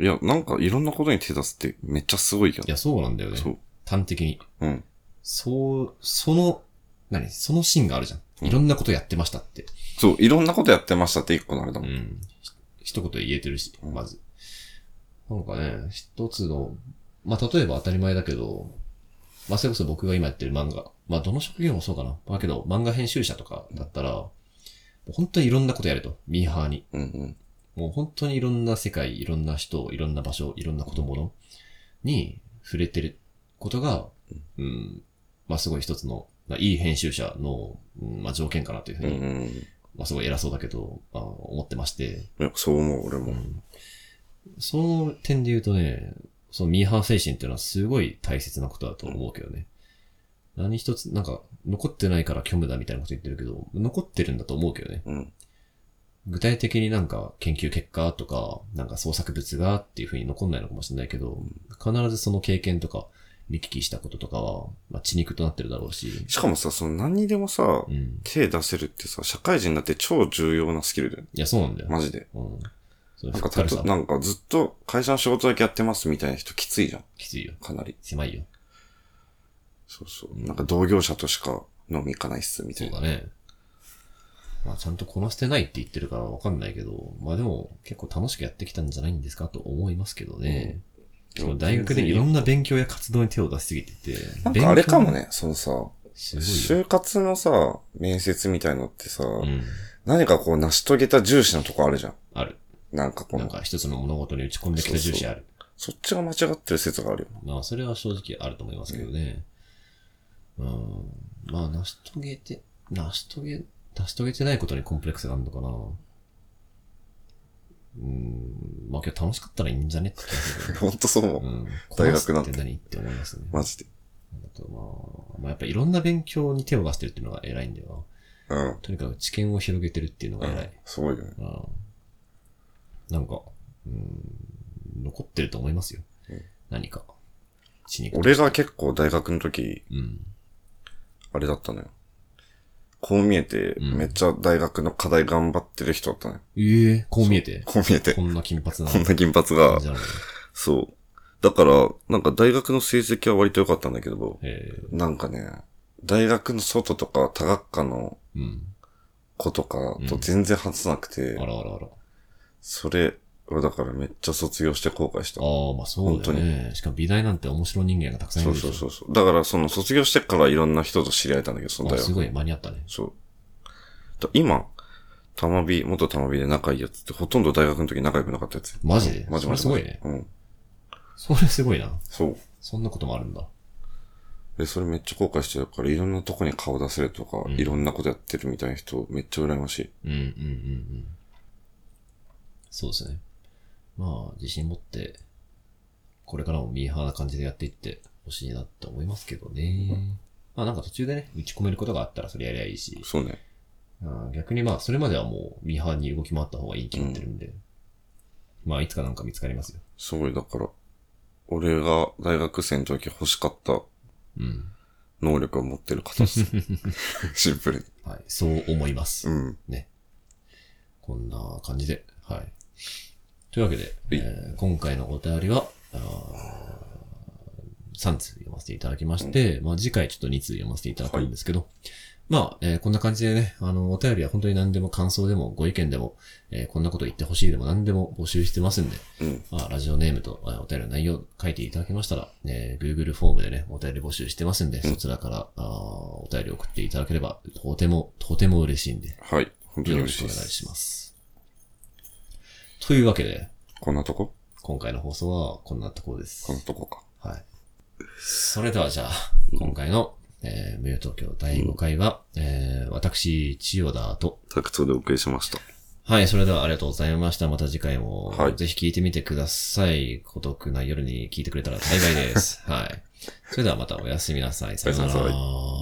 Speaker 2: いや、なんかいろんなことに手出すってめっちゃすごいけ
Speaker 1: い
Speaker 2: ど
Speaker 1: や、
Speaker 2: ね。
Speaker 1: そうなんだよね。
Speaker 2: そう。
Speaker 1: 端的に。
Speaker 2: うん。
Speaker 1: そう、その、何そのシーンがあるじゃ
Speaker 2: うん
Speaker 1: ん。いろんなことやってましたって。
Speaker 2: そう、いろんなことやってましたって一個のあれだ
Speaker 1: う
Speaker 2: もん。
Speaker 1: ん。ひ一言言えてるし、
Speaker 2: うん
Speaker 1: まず。なんかね、一つの、まあ、例えば当たり前だけど、まあ、それこそ僕が今やってる漫画、まあ、どの職業もそうかな。だけど、漫画編集者とかだったら、本当にいろんなことやると。ミーハーに。
Speaker 2: うんうん。
Speaker 1: もう本当にいろんな世界、いろんな人、いろんな場所、いろんなことものに触れてることが、うん、まあすごい一つの、まあいい編集者の、うんまあ条件かなというふう
Speaker 2: うん
Speaker 1: に、
Speaker 2: うん。
Speaker 1: まあすごい偉そうだけど、まあ思ってまして、
Speaker 2: いやそう思う、俺も。
Speaker 1: その点で言うとね、そのミーハー精神っていうのはすごい大切なことだと思うけどね。何一つ、なんか、残ってないから虚無だみたいなこと言ってるけど、残ってるんだと思うけどね。
Speaker 2: うん。
Speaker 1: 具体的になんか研究結果とか、なんか創作物がっていう風に残んないのかもしれないけど、必ずその経験とか、見聞きしたこととかは、まあ、血肉となってるだろうし。
Speaker 2: しかもさ、その何にでもさ
Speaker 1: う、ん。
Speaker 2: 手出せるってさ、社会人になって超重要なスキルだよ。
Speaker 1: いや、そうなんだよ。
Speaker 2: マジで。
Speaker 1: うん。それ
Speaker 2: なん
Speaker 1: ふ
Speaker 2: か
Speaker 1: っか
Speaker 2: た
Speaker 1: る
Speaker 2: と、
Speaker 1: さ、
Speaker 2: なんかずっと会社の仕事だけやってますみたいな人きついじゃん。
Speaker 1: きついよ。
Speaker 2: かなり。
Speaker 1: 狭いよ。
Speaker 2: そうそう。なんか同業者としか飲み行かないっす、みた
Speaker 1: そう
Speaker 2: いな。
Speaker 1: だね。まあ、ちゃんとこなしてないって言ってるからわかんないけど、まあでも、結構楽しくやってきたんじゃないんですかと思いますけどね。その大学でいろんな勉強や活動に手を出しすぎてて。
Speaker 2: なんかあれかもね、そのさ、
Speaker 1: 勉強。すごいよ。
Speaker 2: 就活のさ、面接みたいのってさ、
Speaker 1: うん。
Speaker 2: 何かこう成し遂げた重視のとこあるじゃん。
Speaker 1: ある。
Speaker 2: なんかこ
Speaker 1: なん
Speaker 2: の、
Speaker 1: か一つの物事に打ち込んできた重視ある。
Speaker 2: そっちが間違ってる説があるよ。
Speaker 1: まあ、それは正直あると思いますけどね。うん。まあ、成し遂げて、成し遂げ、成し遂げてないことにコンプレックスがあるのかな。うん。まあ、今日楽しかったらいいんじゃねって気がするけど。
Speaker 2: [laughs] ほんとそう思う。
Speaker 1: うん。
Speaker 2: 大学な
Speaker 1: コマー
Speaker 2: んて
Speaker 1: スって何って思いますね。
Speaker 2: マジで。
Speaker 1: あとまあ、まあ、やっぱいろんな勉強に手を出してるっていうのが偉いんだよ
Speaker 2: うん
Speaker 1: な。。とにかく知見を広げてるっていうの
Speaker 2: う
Speaker 1: が偉
Speaker 2: ん
Speaker 1: い。。
Speaker 2: すごいよね。
Speaker 1: うん。なんか、うん、残ってると思いますよ。
Speaker 2: うん
Speaker 1: 何か。血肉。
Speaker 2: 俺が結構大学の時、
Speaker 1: うん。
Speaker 2: あれだったのよ。こう見えて、
Speaker 1: うん
Speaker 2: めっちゃ大学の課題頑張ってる人だったのよ。
Speaker 1: ええこう見えて。
Speaker 2: こう見えて。
Speaker 1: こんな金髪な
Speaker 2: こんな金髪が
Speaker 1: 感じ、なのね。
Speaker 2: そう。だから、なんか大学の成績は割と良かったんだけど、
Speaker 1: ええ
Speaker 2: なんかね、大学の外とか多学科の
Speaker 1: うん。
Speaker 2: 子とかと全然外さなくて、
Speaker 1: あらあらあら。
Speaker 2: それはだからめっちゃ卒業して後悔した。
Speaker 1: ああ、まあそうだよね。しかも美大なんて面白い人間がたくさんいる
Speaker 2: そう
Speaker 1: でし
Speaker 2: そ
Speaker 1: ょ。
Speaker 2: うそうそう。だからその卒業してからいろんな人と知り合えたんだけど、その大
Speaker 1: あ
Speaker 2: 学。
Speaker 1: すごい間に合ったね。
Speaker 2: そう。だ今、たまび、元たまびで仲いいやつってほとんど大学の時仲良くなかったやつ。
Speaker 1: マジで
Speaker 2: マジ
Speaker 1: そ
Speaker 2: マ
Speaker 1: れ
Speaker 2: ジ。
Speaker 1: すごいね。
Speaker 2: うん。
Speaker 1: それすごいな。
Speaker 2: そう。
Speaker 1: そんなこともあるんだ。
Speaker 2: で、それめっちゃ後悔してるから、いろんなとこに顔出せるとか、
Speaker 1: ん
Speaker 2: いろんなことやってるみたいな人、めっちゃ羨ましい。
Speaker 1: うんうんうんうん。そうですね。まあ、自信持って、これからもミーハーな感じでやっていってほしいなって思いますけどね。まあなんか途中でね、打ち込めることがあったらそれやりゃいいし、
Speaker 2: そうね。
Speaker 1: あー逆にまあそれまではもうミーハーに動き回った方がいいに決まってるんで、まあいつかなんか見つかりますよ。
Speaker 2: すごい、だから、俺が大学生の時欲しかった
Speaker 1: うん。
Speaker 2: 能力を持ってる
Speaker 1: [laughs]
Speaker 2: 方です。シンプルに。
Speaker 1: はい。そう思います。
Speaker 2: うん。
Speaker 1: こんな感じで。はい。というわけで、
Speaker 2: い
Speaker 1: えー今回のお便りは、あ3通読ませていただきまして、まあ次回ちょっと2通読ませていただくんですけど、まあ、えーこんな感じでね、あの、お便りは本当に何でも感想でもご意見でも、えーこんなこと言ってほしいでも何でも募集してますんで、
Speaker 2: うん。
Speaker 1: まあ、ラジオネームとえーお便りの内容書いていただきましたら、えー Google フォームでね、お便り募集してますんで、そちらから、あーお便り送っていただければ、とても、とても嬉しいんで、
Speaker 2: はい。本当に
Speaker 1: よろ
Speaker 2: 嬉
Speaker 1: し
Speaker 2: しい
Speaker 1: くお
Speaker 2: で
Speaker 1: 願い
Speaker 2: す。
Speaker 1: します。というわけで、
Speaker 2: こんなとこ
Speaker 1: 今回の放送はこんなところです
Speaker 2: こん。なとこか。
Speaker 1: はい。それではじゃあ、今回の、えー、無料東京第5回は、えー、私、千代田と、
Speaker 2: タクトでお送りしました。
Speaker 1: はい、それではありがとうございました。また次回も、
Speaker 2: はい
Speaker 1: ぜひ聞いてみてください。孤独
Speaker 2: [laughs]
Speaker 1: な夜に聞いてくれたら幸いです。はい。それではまたおやすみなさい。さような
Speaker 2: おやすみな
Speaker 1: ら。